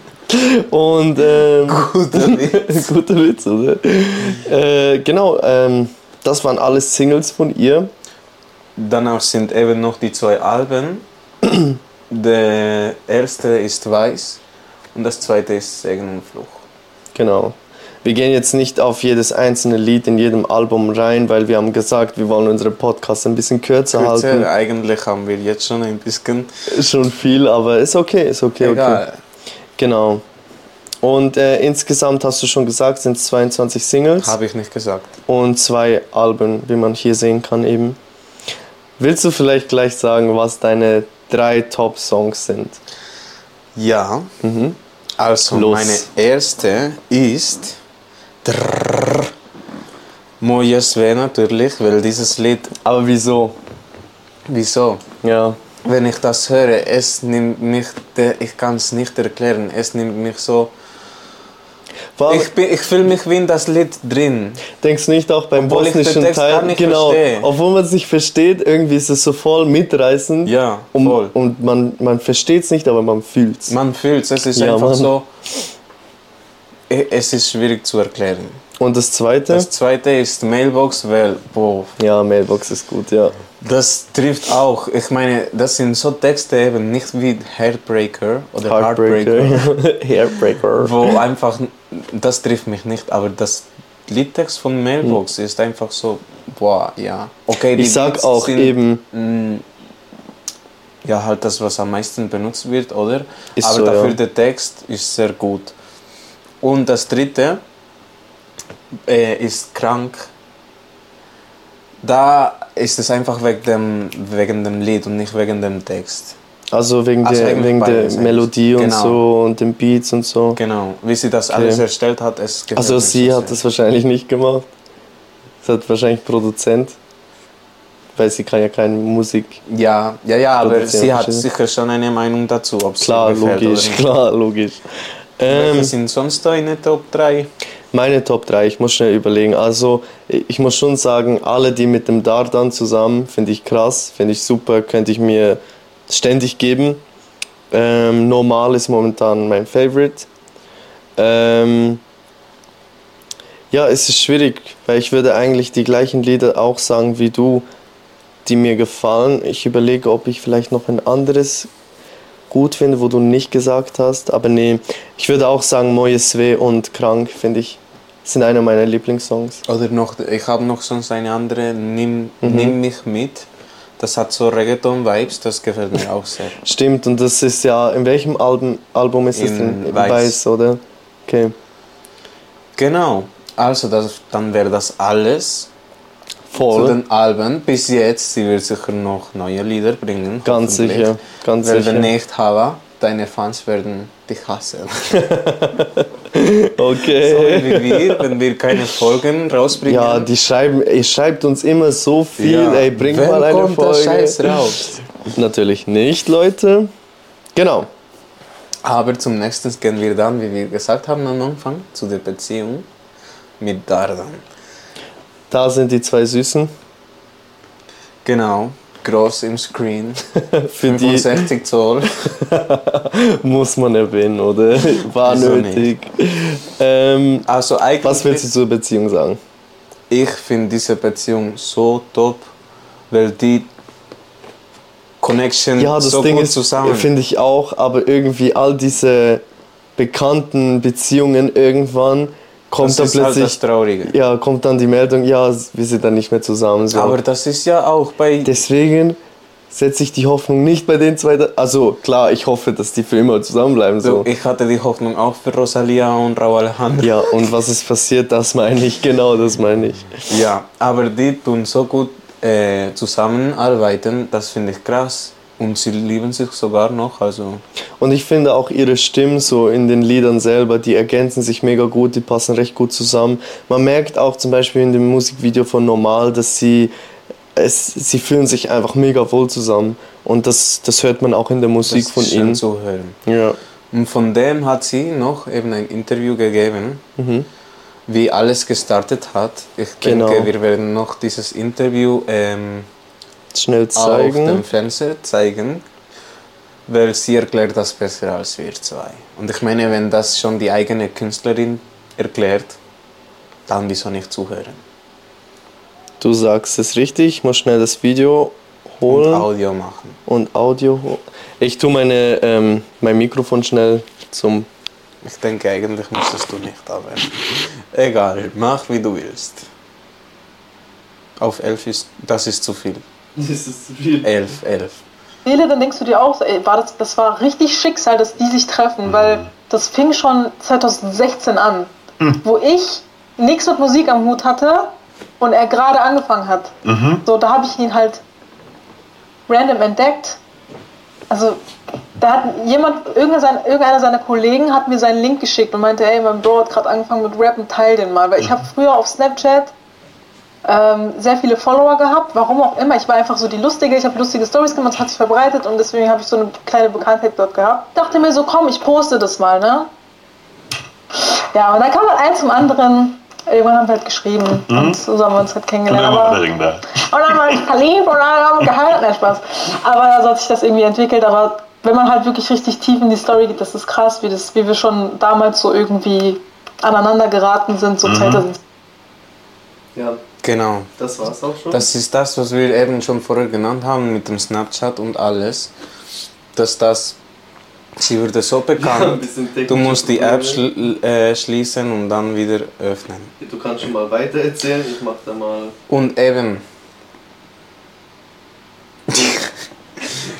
B: Und ähm,
A: guter Witz.
B: Guter Witz, oder? Äh, genau, ähm, das waren alles Singles von ihr.
A: Danach sind eben noch die zwei Alben. Der erste ist Weiß und das zweite ist Segen und Fluch.
B: Genau. Wir gehen jetzt nicht auf jedes einzelne Lied in jedem Album rein, weil wir haben gesagt, wir wollen unsere Podcasts ein bisschen kürzer,
A: Kürzer, eigentlich haben wir jetzt schon ein bisschen.
B: halten. Schon viel, aber ist okay, ist okay, okay.
A: Egal.
B: Genau. Und äh, insgesamt hast du schon gesagt, sind es 22 Singles
A: Habe ich nicht gesagt.
B: und zwei Alben, wie man hier sehen kann eben. Willst du vielleicht gleich sagen, was deine drei Top-Songs sind?
A: Ja. Also
B: Los.
A: meine erste ist Drrrr. Moje Sve natürlich, weil dieses Lied,
B: Aber wieso?
A: wieso?
B: Ja.
A: Wenn ich das höre, es nimmt mich, de- ich kann es nicht erklären, es nimmt mich so,
B: War,
A: ich, bin, ich fühle mich wie in das Lied drin.
B: denkst du nicht auch beim
A: Obwohl ich den
B: bosnischen
A: Text
B: Teil?
A: gar nicht
B: genau.
A: verstehe.
B: Obwohl man es nicht versteht, irgendwie ist es so voll mitreißend.
A: Ja,
B: Und,
A: voll.
B: und man, man versteht es nicht, aber man fühlt es.
A: Man fühlt es, es ist
B: Ja,
A: einfach
B: Mann.
A: so, e- es ist schwierig zu erklären.
B: Und das zweite?
A: Das zweite ist Mailbox, weil, boah,
B: ja, Mailbox ist gut, ja.
A: Das trifft auch. Ich meine, das sind so Texte eben nicht wie Heartbreaker oder Heartbreaker,
B: Heartbreaker. Heartbreaker.
A: wo einfach das trifft mich nicht, aber das Liedtext von Mailbox ist einfach so boah, ja. Okay, die
B: Ich sag
A: Beats
B: auch
A: sind,
B: eben,
A: mm, ja, halt das was am meisten benutzt wird, oder?
B: Ist
A: aber
B: so, ja.
A: dafür der Text ist sehr gut. Und das dritte äh, ist krank. Da ist es einfach wegen dem, wegen dem Lied und nicht wegen dem Text.
B: also wegen
A: Also
B: der,
A: eigentlich
B: wegen der
A: beides eigentlich.
B: Melodie und
A: Genau.
B: so und den Beats und so.
A: Genau. Wie sie das alles erstellt hat, es gehört
B: Also
A: mir
B: sie
A: so
B: hat
A: sehr.
B: das wahrscheinlich nicht gemacht. Das hat wahrscheinlich Produzent. Weil sie kann ja keine Musik.
A: Ja, ja, ja, aber
B: Produziert,
A: sie hat
B: verstehe.
A: sicher schon eine Meinung dazu, ob
B: Klar,
A: sie gefällt
B: logisch,
A: oder nicht.
B: klar, logisch.
A: Welche
B: Ähm,
A: sind sonst da in der Top 3?
B: meine Top 3, ich muss schnell überlegen. Also, ich muss schon sagen, alle, die mit dem Dardan zusammen, finde ich krass, finde ich super, könnte ich mir ständig geben. Ähm, Normal ist momentan mein Favorite. Ähm, ja, es ist schwierig, weil ich würde eigentlich die gleichen Lieder auch sagen wie du, die mir gefallen. Ich überlege, ob ich vielleicht noch ein anderes gut finde, wo du nicht gesagt hast. Aber nee, ich würde auch sagen, Moje Sve und Krank, finde ich, sind einer meiner Lieblingssongs.
A: Oder noch, ich habe noch sonst eine andere, Nimm,
B: Mhm.
A: Nimm mich mit. Das hat so Reggaeton-Vibes, das gefällt mir auch sehr.
B: Stimmt, und das ist ja, in welchem Album, Album ist es
A: In
B: denn? In
A: Weiß.
B: Weiß, oder? Okay.
A: Genau, also das, dann wäre das alles
B: Voll.
A: zu den Alben. Bis jetzt, sie wird sicher noch neue Lieder bringen.
B: Ganz
A: hoffentlich.
B: sicher, ganz
A: Weil
B: sicher.
A: wenn nicht, Hava, deine Fans werden dich hassen.
B: Okay.
A: So wie wir, wenn wir keine Folgen rausbringen.
B: Ja, die schreiben, ihr schreibt uns immer so viel,
A: Ja.
B: ey, bring
A: Wann
B: mal eine
A: kommt der
B: Folge.
A: Scheiß raus.
B: Natürlich nicht, Leute. Genau.
A: Aber zum nächsten gehen wir dann, wie wir gesagt haben am Anfang, zu der Beziehung mit Dardan.
B: Da sind die zwei Süßen.
A: Genau, groß im Screen,
B: Für die
A: 65 Zoll.
B: muss man erwähnen, oder? War
A: Wieso
B: nötig. Ähm,
A: Also eigentlich,
B: was willst du zur Beziehung sagen?
A: ich finde diese Beziehung so top, weil die Connection
B: Ja, das
A: Mhm. so
B: Ding
A: gut
B: ist,
A: zusammen.
B: finde ich auch, aber irgendwie all diese bekannten Beziehungen irgendwann kommt
A: das
B: dann
A: ist halt das
B: plötzlich,
A: Traurige.
B: ja, kommt dann die Meldung, ja, wir sind dann nicht mehr zusammen. So.
A: Aber das ist ja auch bei
B: Deswegen setze ich die Hoffnung nicht bei den zwei. da- Also klar, ich hoffe, dass die für immer zusammenbleiben. So.
A: So, Also Ich hatte die Hoffnung auch für Rosalia und Raúl Alejandro.
B: Ja, und was ist passiert, das meine ich, genau das meine ich.
A: Ja, aber die tun so gut äh, zusammenarbeiten, das finde ich krass. Und sie lieben sich sogar noch, also
B: Und ich finde auch ihre Stimmen so in den Liedern selber, die ergänzen sich mega gut, die passen recht gut zusammen. Man merkt auch zum Beispiel in dem Musikvideo von Normal, dass sie, es, sie fühlen sich einfach mega wohl zusammen. Und das, das hört man auch in der
A: das
B: Musik
A: ist
B: von
A: schön
B: ihnen.
A: zu hören.
B: Ja.
A: Und von dem hat sie noch eben ein Interview gegeben, wie alles gestartet hat. Ich denke,
B: Mhm. Genau.
A: wir werden noch dieses Interview ähm,
B: Schnell
A: auf
B: zeigen.
A: dem Fernseher zeigen, weil sie erklärt das besser als wir zwei. Und ich meine, wenn das schon die eigene Künstlerin erklärt, dann wieso nicht zuhören?
B: Du sagst es richtig, ich muss schnell das Video
A: Und
B: holen.
A: Audio machen.
B: und Audio. ho- Ich tue meine, ähm, mein Mikrofon schnell zum.
A: Ich denke, eigentlich müsstest du nicht, aber egal, mach wie du willst. Auf 11 ist, das ist zu viel. Elf, elf.
C: Seele, dann denkst du dir auch, ey, war das, das war richtig Schicksal, dass die sich treffen, weil das fing schon 2016 an, wo ich nichts mit Musik am Hut hatte und er gerade angefangen hat. So, da habe ich ihn halt random entdeckt. Also, da hat jemand, irgendeiner seiner, irgendeiner seiner Kollegen hat mir seinen Link geschickt und meinte, ey, mein Bro hat gerade angefangen mit Rappen, teil den mal. Weil ich habe früher auf Snapchat ähm, sehr viele Follower gehabt, warum auch immer. Ich war einfach so die Lustige, ich habe lustige Stories gemacht, es hat sich verbreitet und deswegen habe ich so eine kleine Bekanntheit dort gehabt. Dachte mir so, komm, ich poste das mal, ne? Ja, und dann kam halt eins zum anderen. Irgendwann haben wir halt geschrieben und so haben wir uns halt
D: Und
C: kennengelernt.
D: dann war
C: Aber-
D: der Ring da.
C: und dann waren wir verliebt und dann haben wir geheiratet. Nein, Spaß. Aber so hat sich das irgendwie entwickelt. Aber wenn man halt wirklich richtig tief in die Story geht, das ist krass, wie, das, wie wir schon damals so irgendwie aneinander geraten sind, so mhm.
B: Ja,
A: Genau.
B: das war's auch schon.
A: Das ist das, was wir eben schon vorher genannt haben mit dem Snapchat und alles. Dass das, sie wurde so bekannt,
B: wir sind
A: du musst die
B: technische
A: App schl äh, schließen und dann wieder öffnen.
B: Du kannst schon mal weiter erzählen, ich mach da mal.
A: Und eben.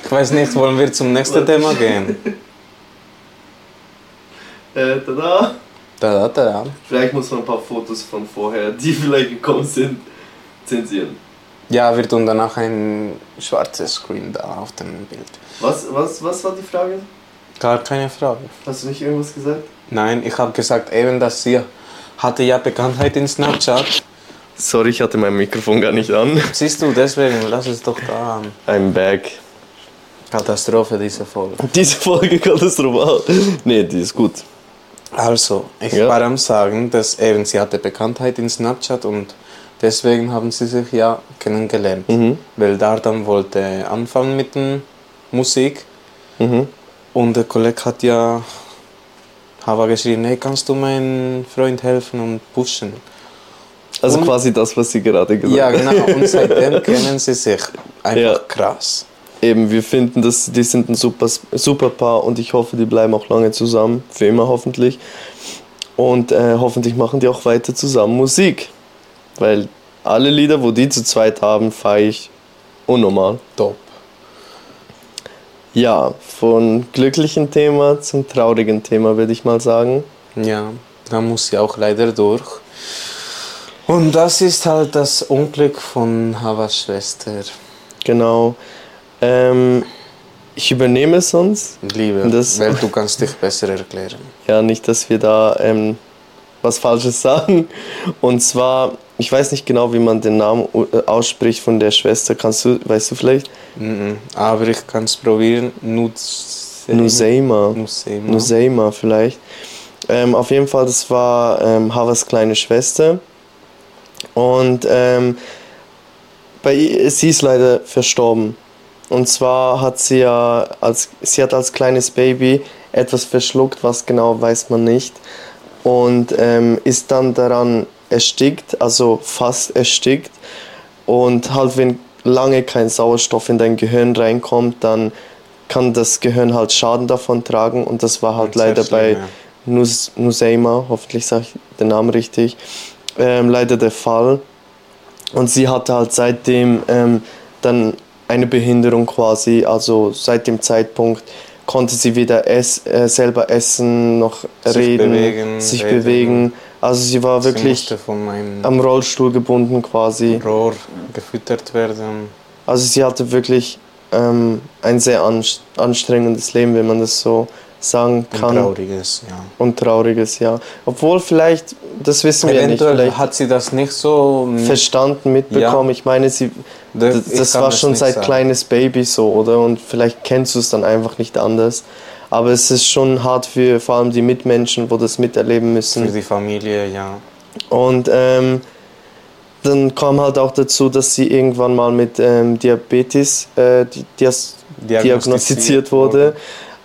A: ich weiß nicht, wollen wir zum nächsten Thema gehen?
B: Äh, tada!
A: Da, da, da.
B: Vielleicht muss man ein paar Fotos von vorher, die vielleicht gekommen sind, zensieren.
A: Ja, wir tun danach ein schwarzes Screen da auf dem Bild.
B: Was, was, was war die Frage?
A: Gar keine Frage.
B: Hast du nicht irgendwas gesagt?
A: Nein, ich habe gesagt eben, dass sie hatte ja Bekanntheit in Snapchat.
B: Sorry, ich hatte mein Mikrofon gar nicht an.
A: Siehst du, deswegen lass es doch da an.
B: I'm back.
A: Katastrophe, diese Folge.
B: Diese Folge katastrophal. Nee, die ist gut.
A: Also, ich
B: Ja.
A: war am sagen, dass eben sie hatte Bekanntheit in Snapchat und deswegen haben sie sich ja kennengelernt.
B: Mhm.
A: Weil Dardan wollte anfangen mit der Musik
B: Mhm.
A: und der Kollege hat ja Hava geschrieben, hey, kannst du meinem Freund helfen und pushen?
B: Also
A: Und-
B: quasi das, was sie gerade gesagt
A: Ja,
B: hat.
A: genau. Und seitdem kennen sie sich. Einfach
B: Ja.
A: krass.
B: Eben, wir finden, dass die sind ein super, super Paar und ich hoffe, die bleiben auch lange zusammen. Für immer hoffentlich. Und äh, hoffentlich machen die auch weiter zusammen Musik. Weil alle Lieder, wo die zu zweit haben, feiere ich unnormal.
A: Top.
B: Ja, von glücklichen Thema zum traurigen Thema, würde ich mal sagen.
A: Ja, da muss sie auch leider durch. Und das ist halt das Unglück von Havas Schwester.
B: Genau. Ähm, ich übernehme es sonst.
A: Liebe,
B: Das-
A: weil du kannst dich besser erklären.
B: Ja, nicht, dass wir da ähm, was Falsches sagen. Und zwar, ich weiß nicht genau, wie man den Namen u- äh, ausspricht von der Schwester. Kannst du, weißt du vielleicht?
A: Mhm. Aber ich kann es probieren. Nuse-
B: Nuseima.
A: Nuseima.
B: Nuseima vielleicht. Ähm, auf jeden Fall, das war ähm, Havas kleine Schwester. Und ähm, bei ihr, sie ist leider verstorben. Und zwar hat sie ja als sie hat als kleines Baby etwas verschluckt, was genau weiß man nicht. Und ähm, ist dann daran erstickt, also fast erstickt. Und halt, wenn lange kein Sauerstoff in dein Gehirn reinkommt, dann kann das Gehirn halt Schaden davon tragen. Und das war halt
A: Sehr
B: leider bei
A: schlimm, ja.
B: Nus Nuseima, hoffentlich sage ich den Namen richtig, ähm, leider der Fall. Und sie hatte halt seitdem ähm, dann eine Behinderung quasi, also seit dem Zeitpunkt konnte sie weder ess, äh, selber essen noch
A: Sich
B: reden,
A: bewegen,
B: sich
A: reden.
B: bewegen. Also sie war
A: Sie
B: wirklich
A: musste von meinem
B: am Rollstuhl gebunden quasi.
A: Rohr gefüttert werden.
B: Also sie hatte wirklich ähm, ein sehr anst- anstrengendes Leben, wenn man das so sagen
A: Ein
B: kann.
A: trauriges, ja.
B: Und trauriges, ja. Obwohl vielleicht, das wissen wir ja nicht,
A: Eventuell
B: vielleicht
A: hat sie das halt nicht so. hm,
B: verstanden, mitbekommen. Ich meine, sie,
A: Das-
B: das,
A: ich
B: das
A: kann
B: war
A: das
B: schon
A: nicht
B: seit
A: sagen.
B: kleines Baby so, oder? Und vielleicht kennst du es dann einfach nicht anders. Aber es ist schon hart für vor allem die Mitmenschen, wo das miterleben müssen.
A: Für die Familie, ja.
B: Und ähm, dann kam halt auch dazu, dass sie irgendwann mal mit ähm, Diabetes äh, di dias
A: Diagnostiziert
B: diagnostiziert wurde.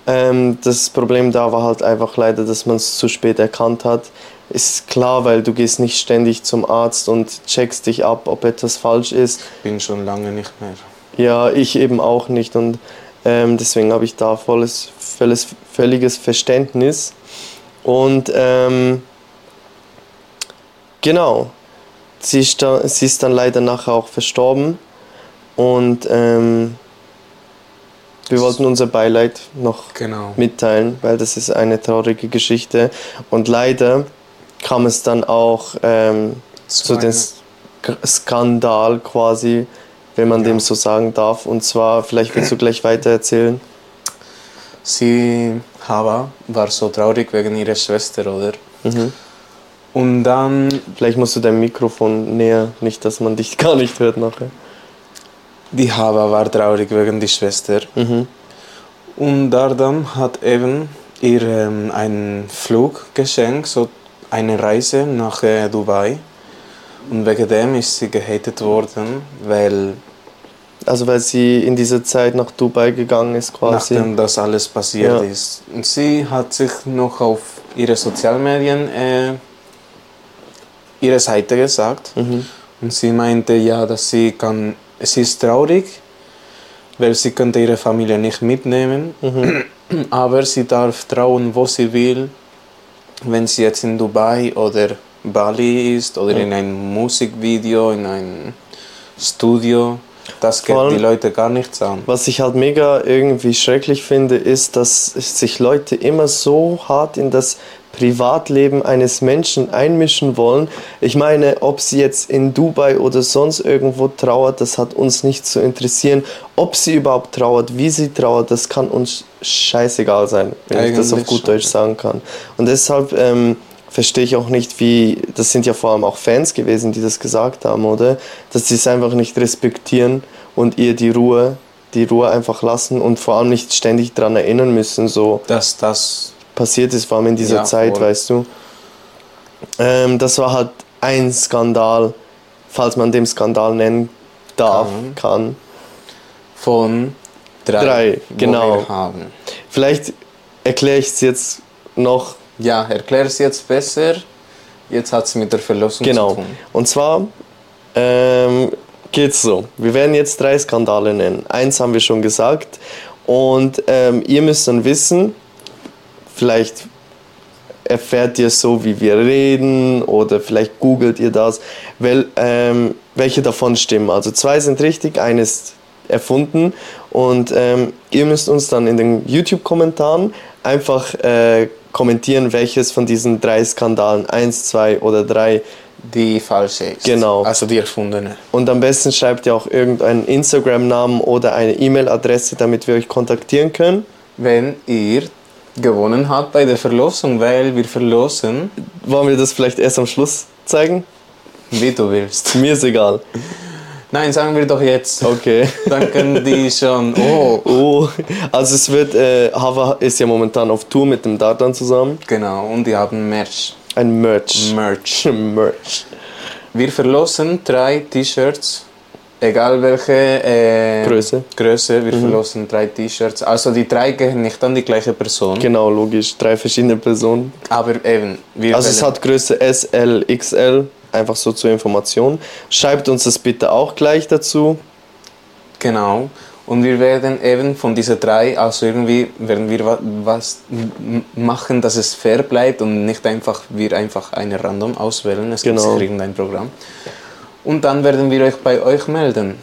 B: Ähm, das Problem da war halt einfach leider, dass man es zu spät erkannt hat. Ist klar, weil du gehst nicht ständig zum Arzt und checkst dich ab, ob etwas falsch ist.
A: Bin schon lange nicht mehr.
B: Ja, ich eben auch nicht und ähm, deswegen habe ich da volles, völliges, völliges Verständnis. Und ähm, genau, sie ist, da, sie ist dann leider nachher auch verstorben und ähm, Wir wollten unser Beileid noch
A: Genau.
B: mitteilen, weil das ist eine traurige Geschichte. Und leider kam es dann auch ähm, zu
A: einer-
B: dem Sk- Skandal quasi, wenn man dem so sagen darf. Und zwar, vielleicht willst du gleich weiter erzählen.
A: Sie, Hava, war so traurig wegen ihrer Schwester, oder? Und dann,
B: Mhm. Vielleicht musst du dein Mikrofon näher, nicht, dass man dich gar nicht hört nachher.
A: die Hava war traurig wegen die Schwester. Und Dardam hat eben ihr ähm, einen Flug geschenkt, so eine Reise nach äh, Dubai. Und wegen dem ist sie gehatet worden, weil
B: Also weil sie in dieser Zeit nach Dubai gegangen ist quasi.
A: nachdem das alles passiert
B: Ah, Ja.
A: ist. Und sie hat sich noch auf ihre Sozialmedien äh, ihre Seite gesagt
B: Mhm.
A: und sie meinte ja, dass sie kann, es ist traurig, weil sie könnte ihre Familie nicht mitnehmen,
B: Mhm.
A: aber sie darf trauen, wo sie will, wenn sie jetzt in Dubai oder Bali ist oder in einem Musikvideo, in einem Studio. Das
B: Vor
A: geht die
B: allem-
A: Leute gar nichts an.
B: Was ich halt mega irgendwie schrecklich finde, ist, dass sich Leute immer so hart in das Privatleben eines Menschen einmischen wollen. Ich meine, ob sie jetzt in Dubai oder sonst irgendwo trauert, das hat uns nicht zu interessieren. Ob sie überhaupt trauert, wie sie trauert, das kann uns scheißegal sein, wenn ich das auf
A: Eigentlich
B: gut
A: schon,
B: Deutsch sagen kann. Und deshalb ähm, verstehe ich auch nicht, wie, das sind ja vor allem auch Fans gewesen, die das gesagt haben, oder? Dass sie es einfach nicht respektieren und ihr die Ruhe, die Ruhe einfach lassen und vor allem nicht ständig dran erinnern müssen, so
A: dass das
B: passiert ist, vor allem in dieser
A: Ja,
B: Zeit,
A: voll.
B: weißt du. Ähm, das war halt ein Skandal, falls man dem Skandal nennen darf,
A: Kann.
B: kann.
A: von drei,
B: Drei,
A: wo
B: genau.
A: wir haben.
B: Vielleicht erkläre ich es jetzt noch
A: Ja, erklär es jetzt besser. Jetzt hat es mit der Verlosung zu
B: Genau.
A: tun.
B: Und zwar ähm, geht's so. Wir werden jetzt drei Skandale nennen. Eins haben wir schon gesagt. Und ähm, ihr müsst dann wissen, vielleicht erfährt ihr so, wie wir reden oder vielleicht googelt ihr das, wel, ähm, welche davon stimmen. Also zwei sind richtig, eines erfunden und ähm, ihr müsst uns dann in den YouTube-Kommentaren einfach äh, kommentieren, welches von diesen drei Skandalen, eins, zwei oder drei,
A: Die falsche ist.
B: Genau.
A: Also die erfundene.
B: und am besten schreibt ihr auch irgendeinen Instagram-Namen oder eine E-Mail-Adresse, damit wir euch kontaktieren können.
A: Wenn ihr gewonnen habt bei der Verlosung, weil wir verlosen,
B: Wollen wir das vielleicht erst am Schluss zeigen?
A: wie du willst.
B: Mir ist egal.
A: Nein, sagen wir doch jetzt.
B: Okay.
A: Dann können die schon. Oh.
B: Oh, also es wird, äh, Hava ist ja momentan auf Tour mit dem Dardan zusammen.
A: Genau, und die haben Merch.
B: Ein Merch.
A: Merch.
B: Merch.
A: Wir verlosen drei T-Shirts, egal welche äh,
B: Größe. Mhm.
A: Größe. Wir verlosen drei T-Shirts. Also die drei gehen nicht an die gleiche Person.
B: Genau, logisch. Drei verschiedene Personen.
A: Aber eben, wir
B: Also es
A: wählen-
B: hat Größe S, L, XL. Einfach so zur Information. Schreibt uns das bitte auch gleich dazu.
A: genau. Und wir werden eben von diesen drei, also irgendwie werden wir wa- was m- machen, dass es fair bleibt und nicht einfach wir einfach eine random auswählen. Es
B: Genau.
A: gibt sicher irgendein Programm. Und dann werden wir euch bei euch melden.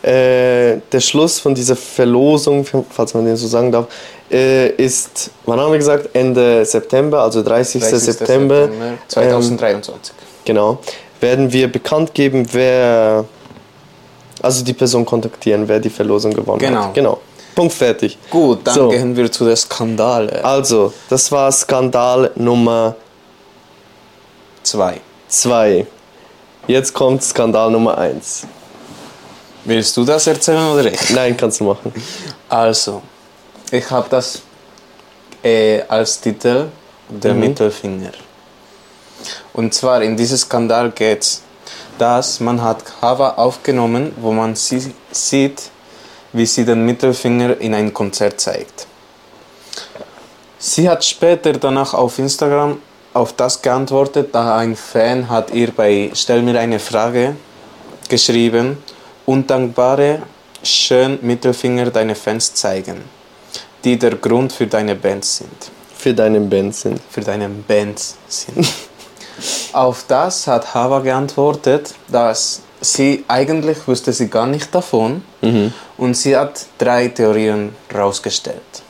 B: Äh, der Schluss von dieser Verlosung, falls man den so sagen darf, äh, ist, wann haben wir gesagt? Ende September, also 30.
A: 30.
B: September. Ähm,
A: 2023.
B: Genau. Werden wir bekannt geben, wer. Also die Person kontaktieren, wer die Verlosung gewonnen
A: Genau.
B: hat. Genau. Punkt fertig.
A: Gut, dann
B: So.
A: gehen wir zu den Skandalen.
B: Also, das war Skandal Nummer
A: Zwei.
B: 2. Jetzt kommt Skandal Nummer 1.
A: Willst du das erzählen oder ich?
B: Nein, kannst du machen.
A: Also, ich habe das äh, als Titel Der Mittelfinger. Und zwar in diesem Skandal geht's, dass man hat Hava aufgenommen, wo man sie sieht, wie sie den Mittelfinger in ein Konzert zeigt. Sie hat später danach auf Instagram auf das geantwortet, da ein Fan hat ihr bei Stell mir eine Frage geschrieben, undankbare, schön Mittelfinger deine Fans zeigen, die der Grund für deine Band sind
B: Für deinen Benson.
A: für deine Band sind. Auf das hat Hava geantwortet, dass sie eigentlich wusste sie gar nicht davon und sie hat drei Theorien rausgestellt.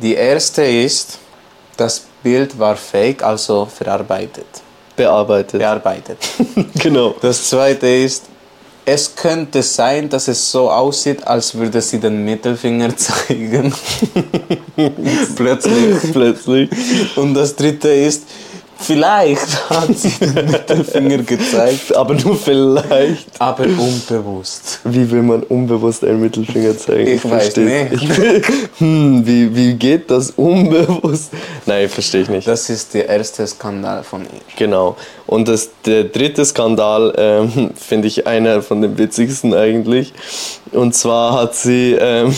A: Die erste ist, das Bild war fake, also verarbeitet.
B: Bearbeitet.
A: Bearbeitet.
B: Genau.
A: Das zweite ist, es könnte sein, dass es so aussieht, als würde sie den Mittelfinger zeigen. Plötzlich.
B: Plötzlich.
A: Und das dritte ist, vielleicht hat sie den Mittelfinger gezeigt,
B: Aber nur vielleicht.
A: aber unbewusst.
B: Wie will man unbewusst einen Mittelfinger zeigen?
A: Ich weiß
B: versteh's.
A: nicht.
B: Ich will, hm, wie, wie geht das unbewusst? Nein, verstehe ich nicht.
A: Das ist der erste Skandal von ihr.
B: Genau. Und das, der dritte Skandal ähm, finde ich einer von den witzigsten eigentlich. Und zwar hat sie ähm,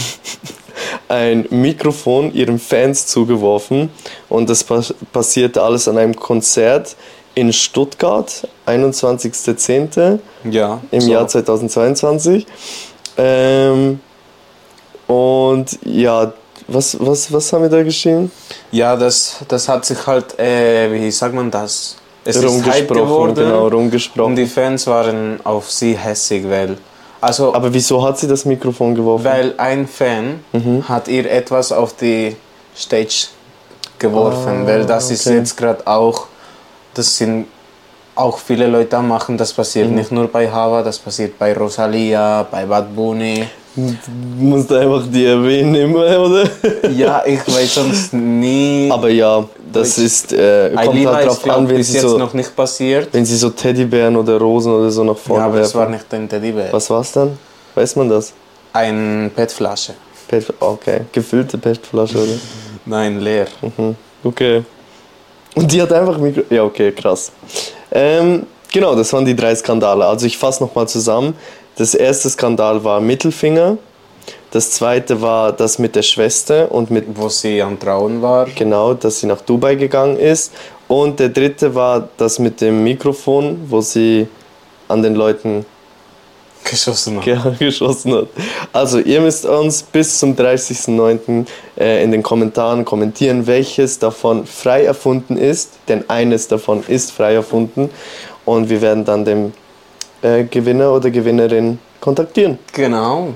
B: ein Mikrofon ihren Fans zugeworfen und das pas passierte alles an einem Konzert in Stuttgart, 21.10.
A: Ja.
B: im
A: so.
B: Jahr 2022. Ähm, und ja, was, was, was haben wir da geschrieben?
A: Ja, das, das hat sich halt, äh, wie sagt man das? Es ist hype geworden
B: genau,
A: und
B: rumgesprochen.
A: die Fans waren auf sie hässig, weil... Also,
B: Aber wieso hat sie das Mikrofon geworfen?
A: weil ein Fan
B: Mhm.
A: hat ihr etwas auf die Stage geworfen, weil das ist
B: Ah, okay.
A: jetzt gerade auch, das sind auch viele Leute am machen, das
B: Mhm.
A: passiert nicht nur bei Hava, das passiert bei Rosalia, bei Bad Bunny.
B: musst einfach die erwähnen immer, oder?
A: Ja, ich weiß sonst nie.
B: Aber ja, das ist, äh, kommt
A: Ailina
B: halt
A: ist
B: drauf
A: glaub,
B: an, wenn
A: bis
B: sie,
A: jetzt
B: so,
A: noch nicht passiert.
B: wenn sie so Teddybären oder Rosen oder so nach vorne
A: Ja, aber es
B: werfen.
A: war nicht ein Teddybär.
B: Was war's dann? Weiß man das?
A: Ein PET-Flasche.
B: Pet, okay, gefüllte Pestflasche, oder?
A: Nein, leer.
B: Okay. Und die hat einfach Mikro. Ja, okay, krass. Ähm, genau, das waren die drei Skandale. Also ich fasse nochmal zusammen. Das erste Skandal war Mittelfinger. Das zweite war das mit der Schwester und mit
A: Wo sie am Trauen war.
B: genau, dass sie nach Dubai gegangen ist. Und der dritte war das mit dem Mikrofon, wo sie an den Leuten
A: Geschossen. hat.
B: ge geschossen hat. Also ihr müsst uns bis zum 30.09. äh, in den Kommentaren kommentieren, welches davon frei erfunden ist, denn eines davon ist frei erfunden. Und wir werden dann den äh, Gewinner oder Gewinnerin kontaktieren.
A: Genau.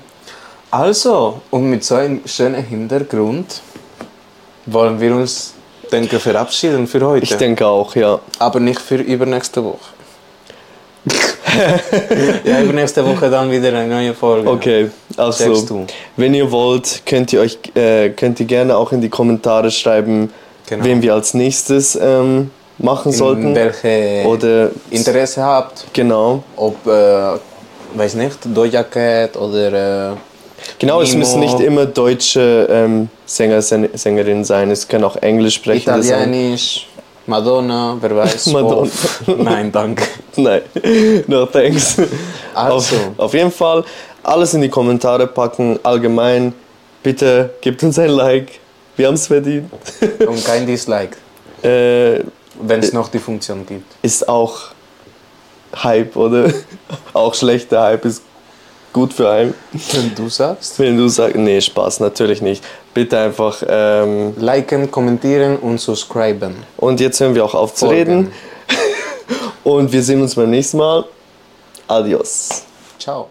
A: Also, und mit so einem schönen Hintergrund wollen wir uns, denke verabschieden für heute.
B: Ich denke auch, ja.
A: Aber nicht für übernächste Woche. ja, übernächste Woche dann wieder eine neue Folge.
B: Okay,
A: Sagst
B: also
A: du.
B: wenn ihr wollt, könnt ihr euch äh, könnt ihr gerne auch in die Kommentare schreiben,
A: Genau.
B: wen wir als nächstes ähm, machen sollten
A: Welche
B: oder
A: Interesse habt,
B: genau.
A: ob, äh, weiß nicht, Doja Cat oder... Äh,
B: Genau, es
A: Nemo.
B: müssen nicht immer deutsche ähm, Sänger, Sen- Sängerinnen sein, es können auch Englisch sprechende sein.
A: Italienisch, Madonna, wer weiß.
B: Madonna.
A: wo. Nein, danke.
B: Nein, no thanks.
A: Also.
B: Auf, auf jeden Fall alles in die Kommentare packen, allgemein. Bitte gebt uns ein Like, wir haben es verdient.
A: Und kein Dislike,
B: Äh,
A: wenn es noch die Funktion gibt.
B: ist auch Hype, oder? auch schlechter Hype ist gut für einen.
A: Wenn du sagst.
B: Wenn du sagst, nee, Spaß, natürlich nicht. Bitte einfach. Ähm,
A: Liken, kommentieren und subscriben.
B: und jetzt hören wir auch auf zu reden.
A: Folgen.
B: Und wir sehen uns beim nächsten Mal. Adios.
A: Ciao.